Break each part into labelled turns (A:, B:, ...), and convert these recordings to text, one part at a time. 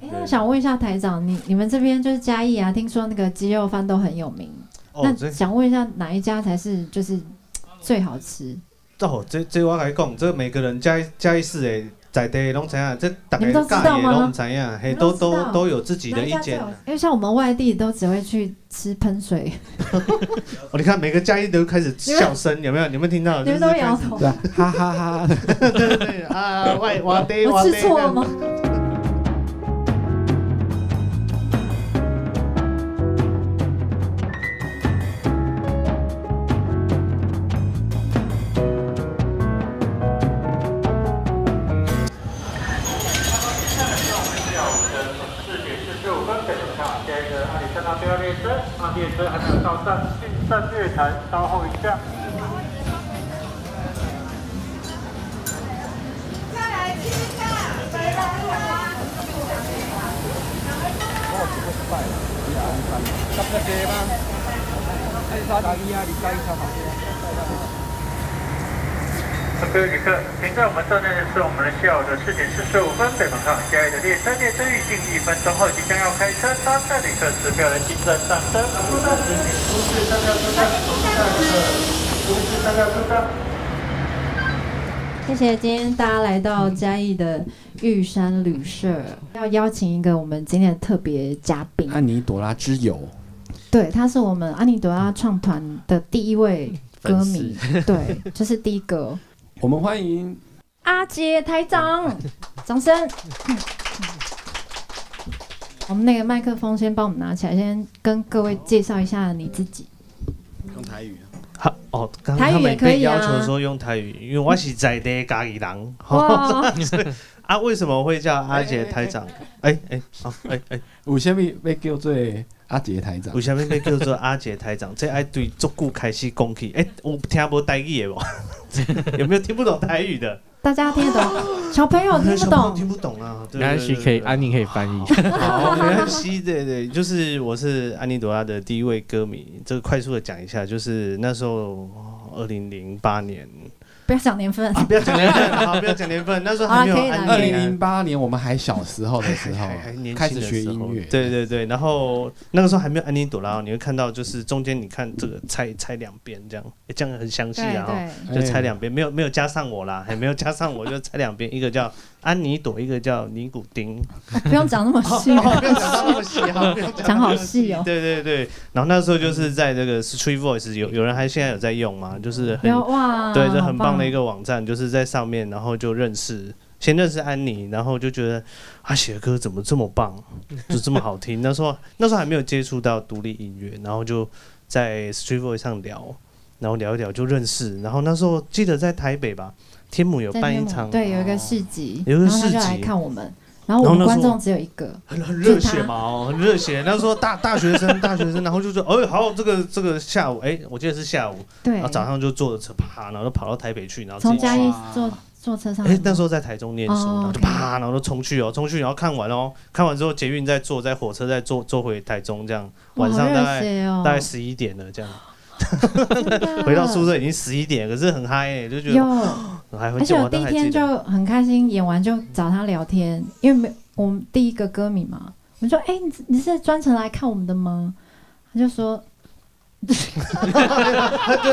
A: 哎那想问一下台长，你你们这边就是嘉义啊，听说那个鸡肉饭都很有名，
B: 哦，
A: 那
B: 这
A: 想问一下哪一家才是就是最好吃？
B: 哦，这这我甲你讲，这每个人嘉义嘉义市的在地的拢知影，这大家
A: 你们都知道
B: 家也
A: 吗
B: 拢知影，嘿，
A: 你们都
B: 都
A: 知道
B: 都都有自己的意
C: 哪一家最
B: 见
C: 好
B: 啊。
A: 因为像我们外地都只会去吃喷水，
B: 哦，你看每个嘉义都开始
A: 你们
B: 笑声，有没有？你们 听到？
A: 你们都摇头
D: 对。啊，哈哈哈哈，
B: 对对对啊，外外地
A: 我
B: 外地
A: 吃错了 吗？
E: 四点四十五分北上，下一个阿里山大标列车，那列车还没有到站，进站月台稍后一下。各位旅客，现在我们到站的是我们的下午的四点四十五分北门上，下一个列车列车预定一分钟后即将要开车，搭载旅客持票的进站上车。出站时请出示站票出站，出站时出示站票出站。
A: 谢谢今天大家来到嘉义的玉山旅社，要邀请一个我们今天的特别嘉宾，
D: 安妮朵拉之友，
A: 对，他是我们安妮朵拉创团的第一位歌迷，对，就是第一个
D: 我们欢迎
A: 阿杰台长，
B: 嗯
A: 掌声。我们那个麦克风先帮我们拿起来，先跟各位介绍一下你自己。
D: 用台语，
B: 好哦，刚
A: 台
B: 刚
A: 语
B: 他
A: 也
B: 们
A: 可
B: 被
A: 以啊
B: 要求说用台语，因为我是在地嘉义人。
A: 哇，
B: 啊，为什么会叫阿杰台长？哎哎，好哎哎，
D: 有虾米被叫做阿杰台长
B: 为？什么被叫做阿杰台长？这爱对足久开始讲起。哎，我听不台语的无？有没有听不懂台语的？
A: 大家听 得懂，小朋友听不
B: 小朋友
A: 懂，
B: 听不懂啊。对
F: 没关系，可以，安。
B: 对对对
F: 妮可以翻译。
B: 好，没关系，对对，就是我是安妮朵拉的第一位歌迷。这个快速的讲一下，就是那时候二零零八年，
A: 不要讲年 份。
B: 啊，不要讲年份，好，不要讲年份，那时候还没有
A: 好了可以啦
D: 二
B: 安妮
D: 零
B: 啊
D: 零八年我们还小时候的时候
B: 还还年，
D: 开
B: 轻
D: 始
B: 的
D: 学
B: 时候
D: 音乐，
B: 对对对，然后那个时候还没有安妮朵拉，你会看到就是中间你看这个拆拆两边这样，诶这样很详细
A: 对
B: 啊，
A: 对，
D: 哎
B: 哦就拆 两边，没有没有加上我啦，还没有加上我就拆两边，一个叫安妮朵，一个叫尼古丁，
A: 不用讲那么细。啊
B: 不要讲到那么细哈，不要到
A: 讲好
B: 那么
A: 细哦
B: 对对对，然后那时候就是在这个 Street Voice 有有人还现在有在用吗？就是很
A: 有啊哇，
B: 对，这很棒
A: 棒
B: 的一个网站，就是在上面，然后就认识，先认识安妮，然后就觉得她写的歌怎么这么棒，就这么好听。那时候那时候还没有接触到独立音乐，然后就在 Street Voice 上聊，然后聊一聊就认识，然后那时候记得在台北吧，天母有
A: 在
B: 办
A: 天
B: 一
A: 母
B: 场，
A: 对，有一个市集，
B: 有一个
A: 然后他
B: 市
A: 就来
B: 集
A: 看我们，然后我
B: 然后
A: 们
B: 那时
A: 观
B: 候
A: 众只有一个，
B: 很很热
A: 就他
B: 血嘛，哦，很热血。那时候大大学生，大学生，然后就说，哎，好，这个这个下午，哎，我记得是下午，
A: 对
B: 然后，啊早上就坐着车啪，然后就跑到台北去，然后自
A: 从
B: 己去
A: 嘉义
D: 哇
A: 坐坐车上来
B: 哎
A: 吗，，
B: 那时候在台中念书，
A: 哦
B: 然后就
A: OK
B: 啪，然后就冲去哦，冲去，然后看完哦，看完之后捷运再坐，在火车再坐坐回台中，这样
A: 哇
B: 晚上大
A: 好热
B: 概
A: 血哦
B: 大概十一点了，这样
A: 真的
B: 哦 回到宿舍已经十一点，可是很嗨欸，就觉
A: 有
B: 得，还会
A: 而且
B: 见
A: 我
B: 我
A: 第
B: 都
A: 一
B: 还
A: 天
B: 记
A: 就
B: 得。
A: 很开心，演完就找他聊天，因为没我们第一个歌迷嘛，我们说，哎，你你是专程来看我们的吗？他就说，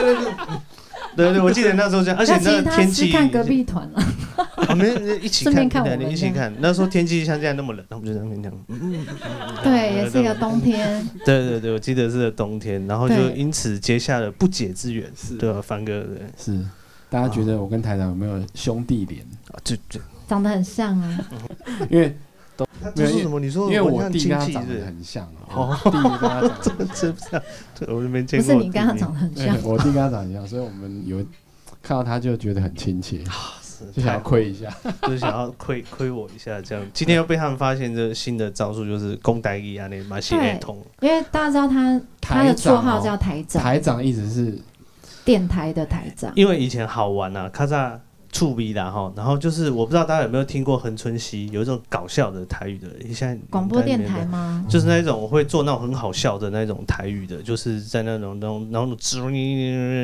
B: 对对，我记得那时候这样，而且
A: 那其
B: 那
A: 实他
B: 天
A: 是
B: 气
A: 看隔壁团啊 了，
B: 我们一起
A: 顺便
B: 看，
A: 看
B: 对
A: 我们
B: 一
A: 这
B: 起
A: 样嗯
B: 看。那时候天气像现在那么冷，那我们就在那边这样。
A: 对，也是一个冬 天，
B: 对对对，我记得是冬天，然后就
A: 对
B: 因此结下了不解之缘，对吧、凡哥，对，
D: 是。大家觉得我跟台长有没有兄 弟脸？
B: 啊就就
A: 长得很像啊，
D: 因为
B: 他
D: 没有
B: 说什么？你说
D: 因为我
B: 哦像
D: 弟
B: 亲
D: 跟他
B: 戚
D: 长
B: 是
D: 得很像
B: 哦
D: 哦，我弟跟他 长得
B: 不是？这不是，对我就没见
A: 不
B: 过。
A: 是你跟他长得很像
B: 嗯
D: 对，，我弟跟他长得一样，所以我们有看到他就觉得很亲切，
B: 是
D: 就想要亏一下。
B: 就是想要亏亏我一下这样。今天又被他们发现这新的招数，就是公呆一啊，那马戏
A: 对
B: 儿童。
A: 因为大家知道他他的
D: 台
A: 绰
D: 长
A: 号
D: 哦
A: 叫台长，
D: 台长一直是
B: 哦
A: 电台的台长，
B: 因为以前好玩啊，咔嚓触鼻啦哈。然后就是我不知道大家有没有听过恒春熙，有一种搞笑的台语的，现在
A: 广播电
B: 应该没
A: 台
B: 有
A: 吗？
B: 就是那一种我会做那种很好笑的那种台语的，就是在那种那种然后吱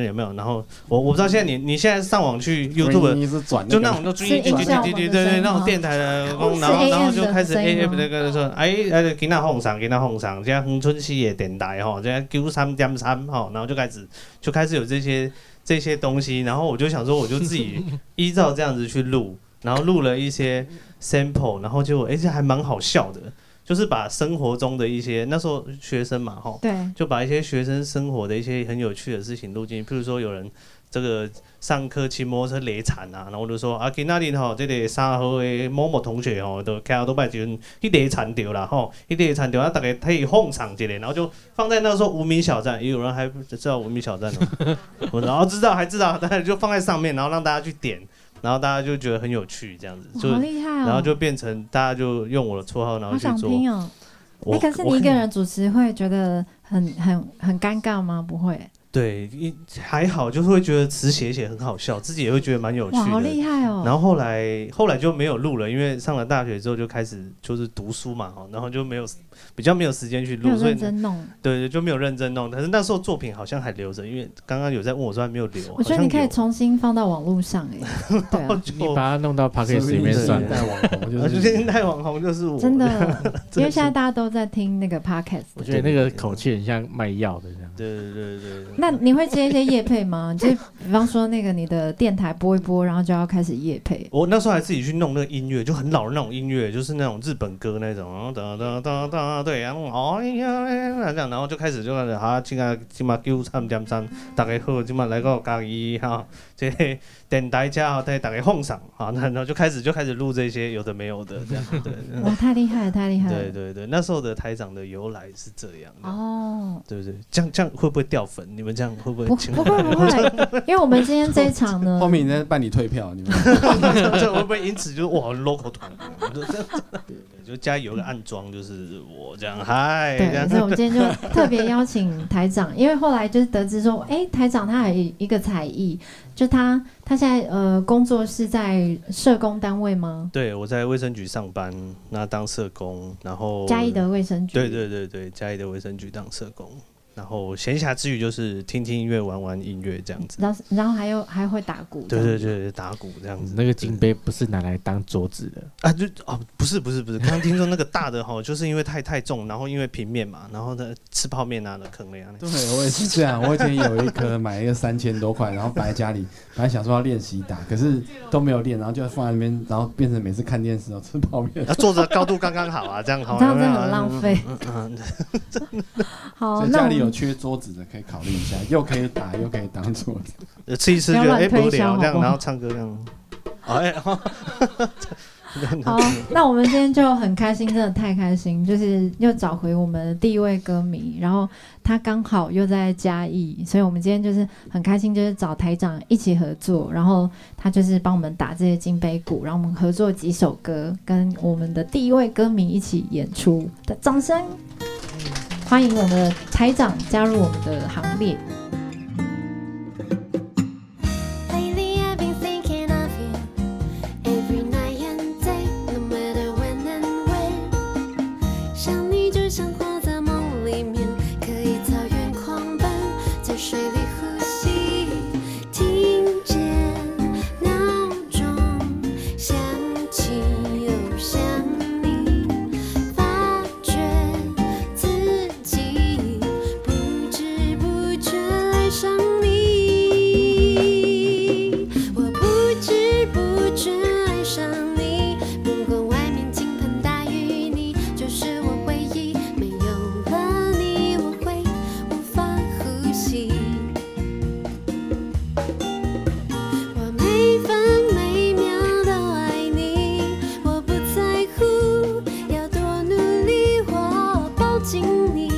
B: 有没有？然后我我不知道现在你你现在上网去 YouTube。
D: 是转
B: 就那种就对对对对对那种电台的，然后然后就开始哦 A F 那个说，哎哎，给那哄上，给那哄上，现在恒春系也电台吼，现在 Q 三点三吼，然后就开始就开始有这些这些东西，然后我就想说，我就自 己依照这样子去录，然后录了一些 sample，然后结果哎、这还蛮好笑的，就是把生活中的一些那时候学生嘛吼，
A: 对，
B: 就把一些学生生活的一些很有趣的事情录进去，譬如说有人这个上课骑摩托车累惨啊，然后我就说啊，今那里吼，这个三号的某某同学吼，都开到多拜就一累惨掉啦吼，一累惨掉，啊，大概可以哄场之类，然后就放在那时候无名小站，也有人还不知道无名小站哦，我然后知道还知道，但是就放在上面，然后让大家去点，然后大家就觉得很有趣这样子，
A: 哇
B: 就
A: 好厉害哦！
B: 然后就变成大家就用我的绰号，然后
A: 好
B: 去
A: 想
B: 做。
A: 听哦。
B: 我
A: 哎，可是
B: 我
A: 你一个人主持会觉得很很很尴尬吗？不会，
B: 对，一还好，就是会觉得词写一写很好笑，自己也会觉得蛮有趣
A: 哇，好
B: 的。
A: 厉害哦！
B: 然后后来后来就没有录了，因为上了大学之后就开始就是读书嘛，哈，然后就没有比较没有时间去
A: 没
B: 录，
A: 有
B: 所以
A: 认
B: 对
A: 真弄，
B: 对就没有认真弄。但是那时候作品好像还留着，因为刚刚有在问我说还没有留，
A: 我
B: 好
A: 觉得
B: 像
A: 你可以
B: 有
A: 重新放到网络上 哎，对啊，
B: 就
C: 你把它弄到 p o c k e t 里面算 了。
D: 带网
B: 啊
D: 红就
B: 就是现在网红就是我，
A: 真的，因为
B: 是
A: 现在大家都在听那个 podcast。
C: 我觉得那个口气很像卖药的这样。
B: 对对对对对。
A: 那你会接一些夜 配吗？就是比方说那个你的电台播一播，然后就要开始夜配。
B: 我那时候还自己去弄那个音乐，就很老的那种音乐，就是那种日本歌那种，然后哒哒哒哒，对，然后哦呀这样，然后就开始就开始啊，今啊今嘛九三点三，大家好，今嘛来个嘉义哈，这个电台家好，带大家奉上啊，那然后就开始就开始录这些有的没有的这样，对
A: 哇，哦太厉害了，太厉害了！
B: 嗯对对对，那时候的台长的由来是这样的，
A: 哦，
B: 对不对？这样这样会不会掉粉？你们这样会不会
A: 不
B: 请
A: 不会 不会，因为我们今天这一场呢
D: 后，面你在办理退票，你们
B: 这会不会因此 就是哇 local 团？就这样 就家里有个暗装，就是我这样嗨，这
A: 对，所以
B: 样
A: 我们今天就特别邀请台长，因为后来就是得知说，哎，台长他还有一个才艺，就他他现在呃工作是在社工单位吗？
B: 对我在卫生局上班，那当社工，然
D: 哦
B: 后
A: 嘉义的卫生局，
B: 对对对对，嘉义的卫生局当社工，然后闲暇之余就是听听音乐、玩玩音乐这样子。
A: 然后然后还有还会打鼓，
B: 对对对，打鼓这样子。
C: 那个金杯不是拿来当桌子的，
B: 啊，就哦，不是不是不是，刚刚听说那个大的哈，就是因为太太重，然后因为平面嘛，然后呢吃泡面啊，那坑了呀。
D: 对，我也是这样。我以前有一颗买一个三千多块，然后摆在家里，本来想说要练习打，可是都没有练，然后就放在那边，然后变成每次看电视哦吃泡面，
B: 啊，坐着高度刚刚好啊，嗯这样好。
A: 这样真的很浪费。 好，
D: 所
A: 哦
D: 以
A: 那
D: 家
A: 我
D: 里有
A: 们
D: 缺桌子的可以考虑一下，又可以打又可以当桌子。
B: 呃吃一吃觉得
A: 不要
B: 哎、
A: 乱推
B: 不无
A: 销
B: 聊，这样
A: 好不好
B: 然后唱歌这样， 哎、哈
A: 好，哦那我们今天就很开心，真的太开心，就是又找回我们的第一位歌迷，然后他刚好又在嘉义，所以我们今天就是很开心，就是找台长一起合作，然后他就是帮我们打这些金杯鼓，然后我们合作几首歌，跟我们的第一位歌迷一起演出，掌声欢迎我们的台长加入我们的行列。
F: Lately I've been thinking of you every night and day, no matter when and where。想你就像活在梦里面，可以草原狂奔，在水里呼吸，听见闹钟响起又想你，发觉自己不知不觉爱上你，我不知不觉爱上你。不管外面倾盆大雨，你就是我唯一。没有了你，我会无法呼吸。我每分每秒都爱你，我不在乎要多努力，我抱紧你，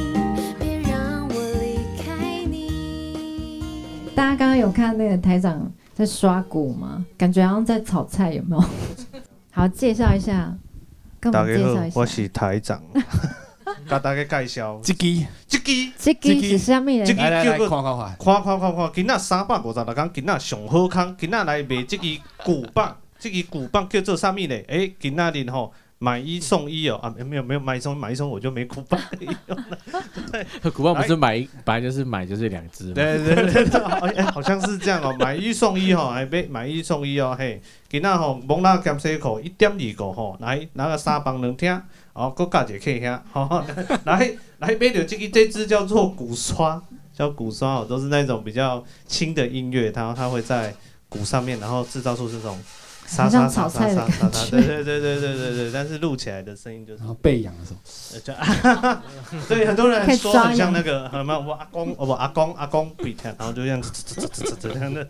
F: 别让我离开你。
A: 大家刚刚有看那个台长在刷鼓吗？感觉好像在炒菜，有 没有？好，介绍一下，跟我
B: 大
A: 们介绍一
B: 家好，我
A: 下。
B: 是台长。甲大家介绍，
D: 这个
B: 即支
A: 这个
D: 这个
A: 是虾米
B: 这
A: 嘞
B: 个？
D: 来来来，
B: 叫做
D: 看看看，
B: 看看看看，今仔三百五十六天，今仔上好康，今仔来卖即支鼓棒，即支鼓棒叫做啥物呢？诶、今仔日吼买一送一哦，啊，没有没有买一送买一送，我就没鼓棒。
C: 古棒不是买一，本来就是买就是两只嘛。
B: 对对对对， 哎、好像是这样 哦、买一送一哦、还买买一送一哦、嘿，今仔吼蒙拉咸西裤一点二五吼，来拿个三帮两听，哦，搁加一个客兄，吼、 来来买着这个这支叫做鼓刷，叫鼓刷哦，都是那种比较轻的音乐，然后它会在鼓上面，然后制造出这种沙沙沙沙沙沙沙，对对对对对对对，但是录起来的声音就是
D: 然。后背痒的时候，
B: 呃就对，很多人说很像那个，什么我阿公，我阿公阿公比他，然后就这样这样的，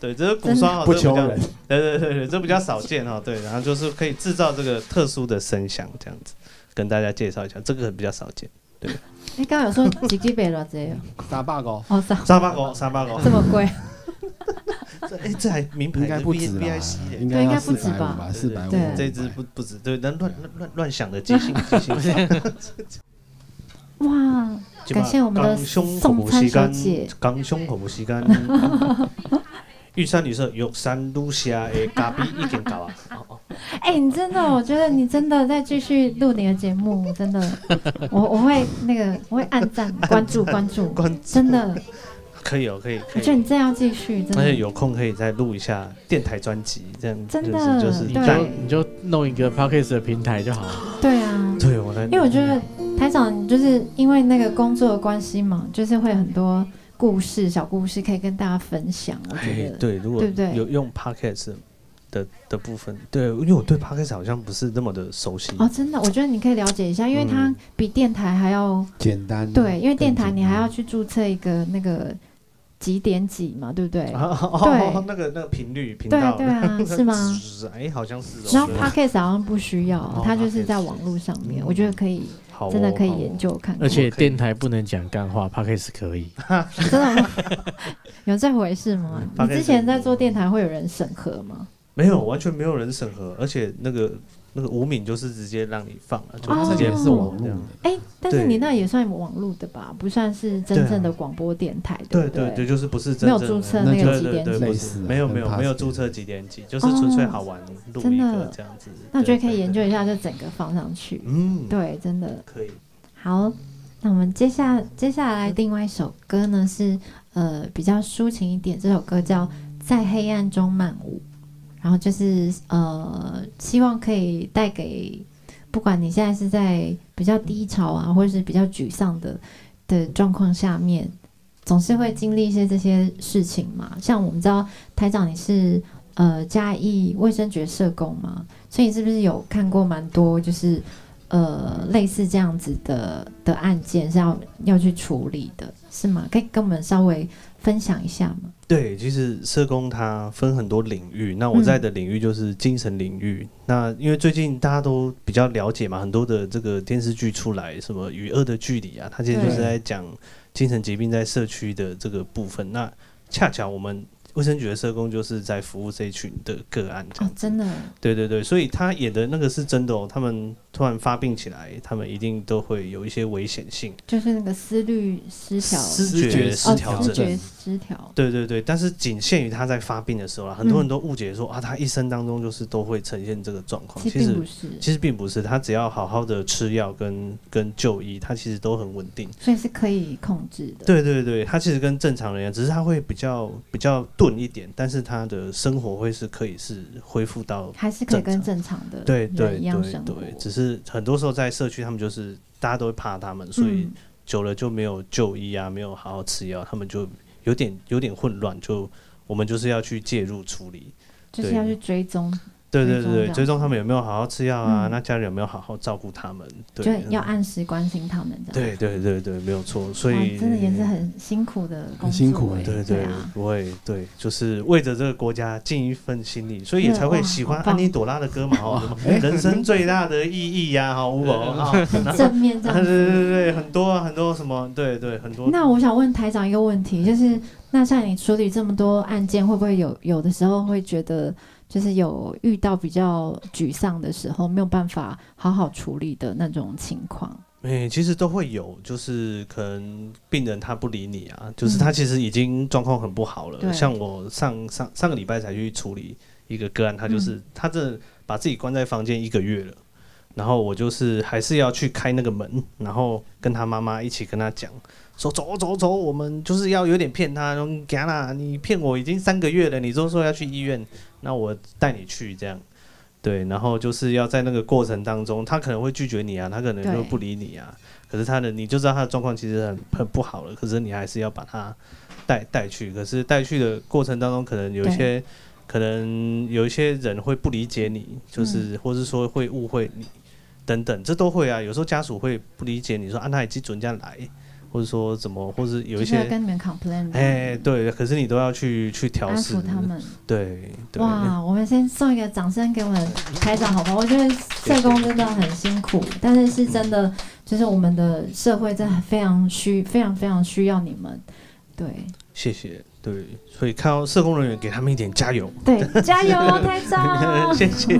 B: 对，这是古双哦，
D: 不
B: 这比
D: 求
B: 较，
D: 人，
B: 对对对对，这比较少见哦，对，然后就是可以制造这个特殊的声响，这样子跟大家介绍一下，这个比较少见。
A: 你刚刚有说几几百了这？
D: 打 bug 哦，
A: 哦，三
B: 三八狗，三八狗，
A: 这么 贵？
B: 这哎这还名牌
D: 应
B: 的
D: 该
B: V
D: 不止
B: V
D: 啦
B: I C，耶，
D: 应该
A: 对应
D: 要
A: 该不
D: 四
A: 止
D: 百五
A: 吧
D: 吧，四百五
A: 对，
B: 这只不不止，对，乱乱乱乱想的即兴即兴，
A: 哇！感谢我们的送餐小姐，
B: 港胸口时间。 玉山旅社有山路下的咖啡已经搞 啊，
A: 哎、你真的，我觉得你真的在继续录你的节目，真的， 我我会那个，我会按赞、关注、关 注，
B: 关
A: 真的，
B: 可以哦，可以
A: 我
B: 可
A: 觉
B: 以。
A: 得你真的要继续，真
B: 而且
A: 的。
B: 有空可以再录一下电台专辑，这样
A: 真
B: 就
A: 的
B: 是就是
C: 你
A: 对
C: 就
B: 在
C: 你就弄一个 p o c k e t 的平台就好了。
A: 对啊，
B: 对我来，
A: 因为我觉得台长就是因为那个工作的关系嘛，就是会很多故事、小故事可以跟大家分享。我觉
B: 哎
A: 得，
B: 对，如果
A: 对不对
B: 有用 podcast 的的部分，对，因为我对 podcast 好像不是那么的熟悉，
A: 哦，真的，我觉得你可以了解一下，因为它
B: 嗯
A: 比电台还要
D: 简单，
A: 对，因为电台
D: 更
A: 你
D: 简单
A: 还要去注册一个那个几点几嘛，对不对？
B: 啊哦
A: 对
B: 那个那个频率频
A: 对啊
B: 道，
A: 对啊
B: 那
A: 是吗
B: 哎，好像是哦。
A: 然后
B: 对
A: podcast 好像不需要
B: 哦，
A: 它就是
B: ，podcast
A: 在网络上面，
B: 嗯
A: 我觉得可以，
B: 好哦
A: 真的可以
B: 好哦
A: 研究看看。
C: 而且电台不能讲干话 p o c k e t 可以。
A: 真的吗 有这回事 吗？你
B: podcast
A: 之前在做电台会有人审核吗？
B: 没有，完全没有人审核，而且那个那个吴敏就是直接让你放了，就
A: 哦
B: 直接
D: 也是网
B: 这
D: 络
B: 样
D: 的。
A: 哎，但是
B: 对
A: 你那也算网络的吧，不算是真正的广播电台，
B: 对
A: 不
B: 对对，
A: 对？
B: 就是不是真
A: 没有
B: 正
A: 注
B: 的
A: 册
D: 那
A: 那
D: 个
A: 个
B: 对
A: 几
B: 对
A: 点
B: 对，
A: 几？
B: 不
D: 类
B: 是
D: 似啊
B: 没有没有
D: 跟
B: 没有
D: podcast
B: 注册几点几，就是纯粹好玩录
A: 真
B: 一
A: 的
B: 个这样子。
A: 那我觉得
B: 对
A: 可以研，究
B: 对
A: 一下，就整个放上去
B: 对。嗯，，
A: 对，真的
B: 可以。
A: 好。那我们接下接下来另外一首歌呢是呃比较抒情一点，这首歌叫《在黑暗中漫舞》，然后就是呃希望可以带给不管你现在是在比较低潮啊，或者是比较沮丧的的状况下面，总是会经历一些这些事情嘛。像我们知道台长你是呃嘉义卫生局社工嘛，所以你是不是有看过蛮多就是呃类似这样子的的案件是要要去处理的，是吗？可以跟我们稍微分享一下吗？
B: 对，其实社工它分很多领域，那
A: 嗯
B: 我在的领域就是精神领域。那因为最近大家都比较了解嘛，很多的这个电视剧出来，什么《与恶的距离》啊，它其实就是
D: 对
B: 在讲精神疾病在社区的这个部分。那恰巧我们卫生局的社工就是在服务这一群的个案这
A: 哦
B: 样，子。
A: 真的，
B: 对对对，所以他演的那个是真的哦。他们突然发病起来，他们一定都会有一些危险性，
A: 就是那个思虑失调，
B: 失
D: 觉
B: 觉
A: 哦
B: 失调哦
A: 知
B: 症。
A: 觉失调，
B: 对对对，但是仅限于他在发病的时候啦，很
A: 嗯
B: 多人都误解说、啊，他一生当中就是都会呈现这个状况。
A: 其
B: 其
A: 实并不
B: 实
A: 是，
B: 其实并不是，他只要好好的吃药跟跟就医，他其实都很稳定。
A: 所以是可以控制的。
B: 对对对，他其实跟正常人一样，只是他会比较比较钝一点，但是他的生活会是可以是恢复到
A: 还是可以跟正常的
B: 对对
A: 人一
B: 对
A: 样生活。
B: 对，只是很多时候在社区，他们就是大家都会怕他们，所以
A: 嗯
B: 久了就没有就医啊，没有好好吃药，他们就有点有点混乱，就我们就是要去介入处理。
A: 就是
B: 对
A: 要去追踪，
B: 对
A: 追
B: 对
A: 踪
B: 对
A: 这
B: 对，
A: 样
B: 追踪他们有没有好好吃药啊？
A: 嗯
B: 那家人有没有好好照顾他们？
A: 就
B: 对，嗯
A: 要按时关心他们这样。
B: 对对对对，没有错。所
A: 哇，
B: 以
A: 真的也是很辛苦的工作欸，
D: 很辛苦欸
B: 对
A: 对
B: 对
A: 啊，，
B: 我也对，就是为着这个国家尽一份心力，所以也
A: 对
B: 才会
A: 哇
B: 喜
A: 好
B: 欢
A: 棒
B: 安妮朵拉的歌嘛，哦，什么 人生最大的意义呀，哈，吴宝啊，
A: 很正面 这
B: 对对
A: 样子。
B: 对对，很多啊很多什么，对对很多。
A: 那我想问台长一个问题，就是那像你处理这么多案件，会不会有有的时候会觉得，就是有遇到比较沮丧的时候，没有办法好好处理的那种情况？
B: 诶、其实都会有，就是可能病人他不理你啊，就是他其实已经状况很不好了。
A: 对
B: 像我上上上个礼拜才去处理一个个案，他就是、他这把自己关在房间一个月了，然后我就是还是要去开那个门，然后跟他妈妈一起跟他讲。说走走走，我们就是要有点骗他，然后干啦，你骗我已经三个月了，你都说要去医院，那我带你去这样，对，然后就是要在那个过程当中，他可能会拒绝你啊，他可能就
A: 对
B: 不理你啊，可是他的你就知道他的状况其实很很不好了，可是你还是要把他带带去，可是带去的过程当中，可能有一些可能有一些人会不理解你，就是、或是说会误会你等等，这都会啊，有时候家属会不理解你说啊，那你基准这样来。或者说怎么，或是有一
A: 就是要
B: 些，
A: 跟你们 complain，的
B: 哎，对，可是你都要去去调
A: 安
B: 试
A: 抚他们。
B: 对对，
A: 哇，我们先送一个掌声给我们台长，好不好？我觉得社工真的很辛苦，但是是真
B: 嗯
A: 的，就是我们的社会真的非常需，非常非常需要你们。对
B: 谢谢，对，所以看到社工人员给他们一点加油，
A: 对， 加油，台长！
B: 谢谢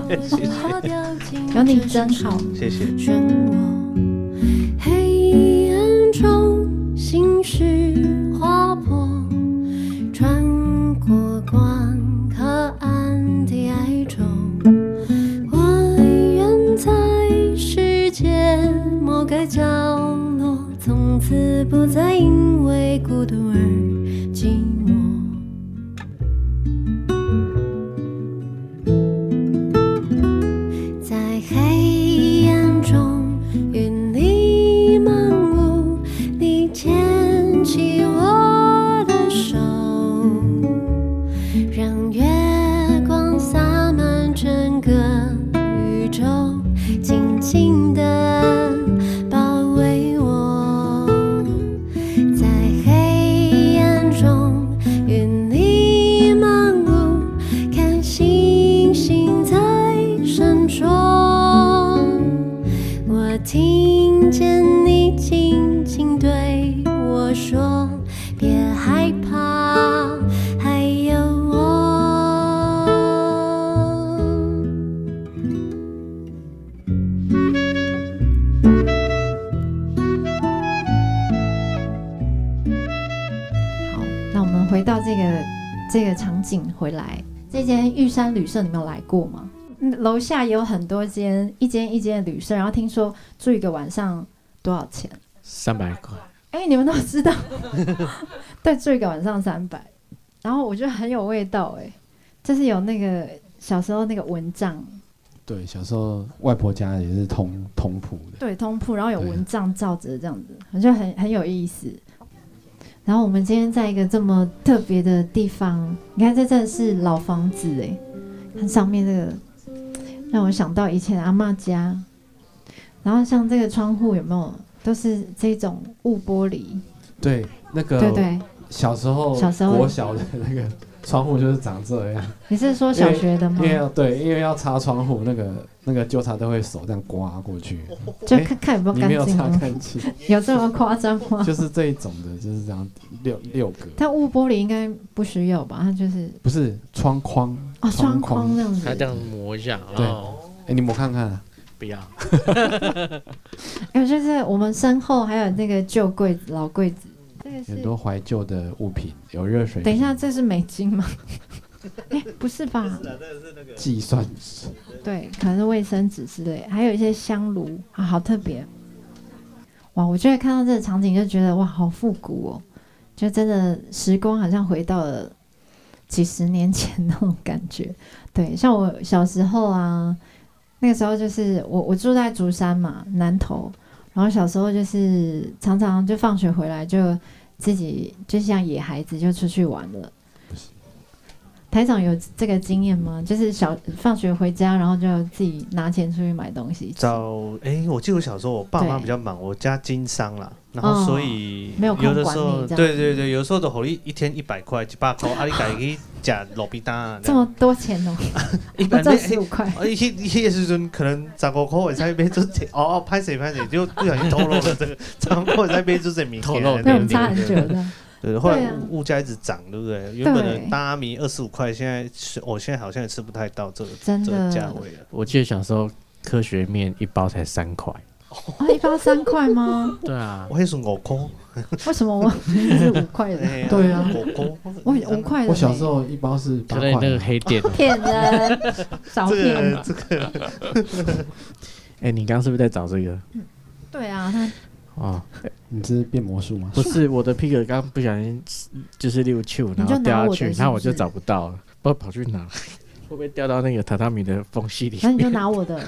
A: 有你真好。
B: 谢谢。
F: 漩涡，黑暗中心事划破，穿过广河岸的哀愁。我远在世界某个角落，从此不再因为孤独而寂寞。在黑暗中，云里漫舞，你牵起我的手，让月光洒满整个宇宙，紧紧地包围我。在黑暗中，云里漫舞，看星星在闪烁。我听见你轻轻对我说：“别害怕，还有我。”
A: 好，那我们回到这个这个场景回来，这间玉山旅社你们有来过吗？嗯楼下也有很多间，一间一间的旅社，然后听说住一个晚上多少钱？
C: 三百块，
A: 哎、你们都知 道，对，住一个晚上三百，然后我觉得很有味道、哎，就是有那个小时候那个蚊帐，
D: 对，小时候外婆家也是同同铺的，
A: 对，通铺，然后有
D: 对
A: 蚊帐罩着这样子，我觉得很很有意思。然后我们今天在一个这么特别的地方，你看这真的是老房子哎，看上面这个让我想到以前阿嬷家，然后像这个窗户有没有都是这种雾玻璃，
D: 对，啊那个
A: 对对，
D: 小时候
A: 小时候哦
D: 国小的那个窗户就是长这样，
A: 你是说小学的吗
D: 因？为要对，因为要擦窗户，那个那个纠察队会手这样刮过去，
A: 就看看有没有
D: 哎你没
A: 干
D: 有
A: 净啊
D: 擦
A: 吗？
D: 干净，
A: 有这么夸张吗？
D: 就是这一种的，就是这样六六个，
A: 但雾玻璃应该不需要吧？它就是
D: 不是窗框，
A: 哦窗
D: 框
A: 框，这样
C: 他
A: 子
C: 这，样磨一下，
D: 对
C: 然后
D: 哎，你抹看看啊，
C: 不要，
A: 还有哎就是我们身后还有那个旧柜子、老柜子，这个
D: 很
A: 是
D: 多怀旧的物品，有热水，
A: 等一下，，这是美金 吗？哎、不是吧？
D: 计算
A: 对，可能是卫生纸之类，还有一些香炉啊，好特别。哇，我觉得看到这个场景就觉得哇，好复古哦，就真的时光好像回到了几十年前那种感觉。对，像我小时候啊，那个时候就是我我住在竹山嘛，南头，然后小时候就是常常就放学回来就自己就像野孩子就出去玩了。台长有这个经验吗？就是小放学回家，然后就自己拿钱出去买东西吃，
B: 找哎、我记得我小时候我爸妈
A: 对哦
B: 比较忙，我家经商啦，然后所以、
A: 没有空
B: 有的
A: 管
B: 时
A: 你
B: 候，
A: 这样
B: 对对对，有的时候都好一一天一百块、一百块，啊，你家去吃路边摊，
A: 这么多钱哦、
B: 啊一
A: 我
B: 百
A: 赚
B: 那
A: 十五块。
B: 啊，伊迄迄个时阵可能十五块会使买出一，哦哦，歹势歹势，就不小心透露了这个，十五块会使买出这物 件，
C: 透露
A: 那我们差很久 的，
B: 对，后
A: 对
B: 来
A: 啊
B: 物物价一直涨，对不对？原本
A: 对
B: 的大米二十五块，现在是我、现在好像也吃不太到这个
A: 真
B: 这个
A: 的
B: 价位了。
C: 我记得小时候科学面一包才三块，
A: 啊，一包三块吗？
C: 对啊，
B: 我也是五块，
A: 为什么我是五块
B: 哎
A: 的？
D: 对啊
B: 五块，
A: 我五块的没有。
D: 我小时候一包是八
C: 可能你那个
D: 块，啊
C: 黑店哦。
A: 骗人，少
B: 这
A: 骗
B: 个
A: 人。
B: 这个
C: 哎，你刚刚是不是在找这个？
A: 对啊，他
C: 哦，
D: 你是变魔术吗？
C: 不是，我的 pick 刚刚不小心就是溜球，
A: 你
C: 然
A: 就
C: 后
A: 拿
C: 掉
A: 我
C: 下
A: 的是，
C: 去
A: 不
C: 然后我就是找不到了，不知道跑去 哪，会不会掉到那个榻榻米的缝隙里
A: 那你就
C: 面？
A: 拿 我的。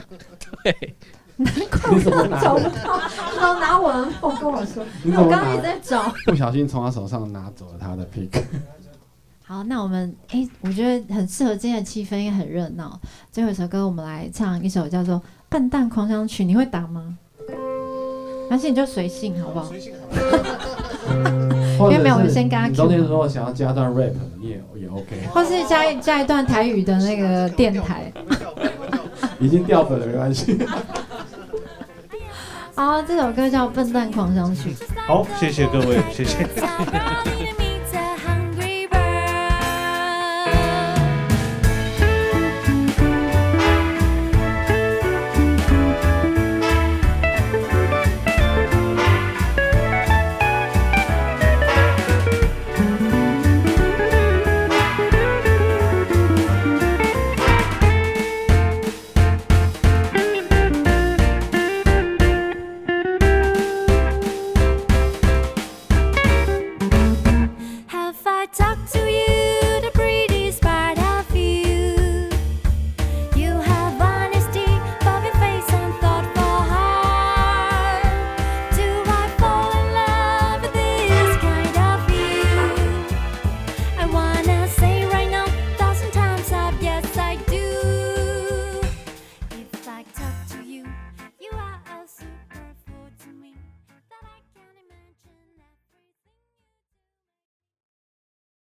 A: 对，难怪我刚刚找不到，然后拿我的，我跟我说，
D: 你
A: 因为
D: 怎么
A: 我刚刚
D: 拿
A: 一直在找。
D: 不小心从他手上拿走了他的 pick，
A: 好，那我们哎、我觉得很适合今天的气氛，也很热闹。最后一首歌，我们来唱一首叫做《笨蛋狂想曲》，你会打吗？还是你就随性好不好？
D: 因
A: 因为没有我先跟他 cue
D: 中间如果想要加段 rap，你也也 OK，
A: 或是加一加一段台语的那个电台？
D: 已经掉粉了没关系。
A: 好，这首歌叫《笨蛋狂想曲》。
B: 好，谢谢各位，谢谢。
F: It's a rolling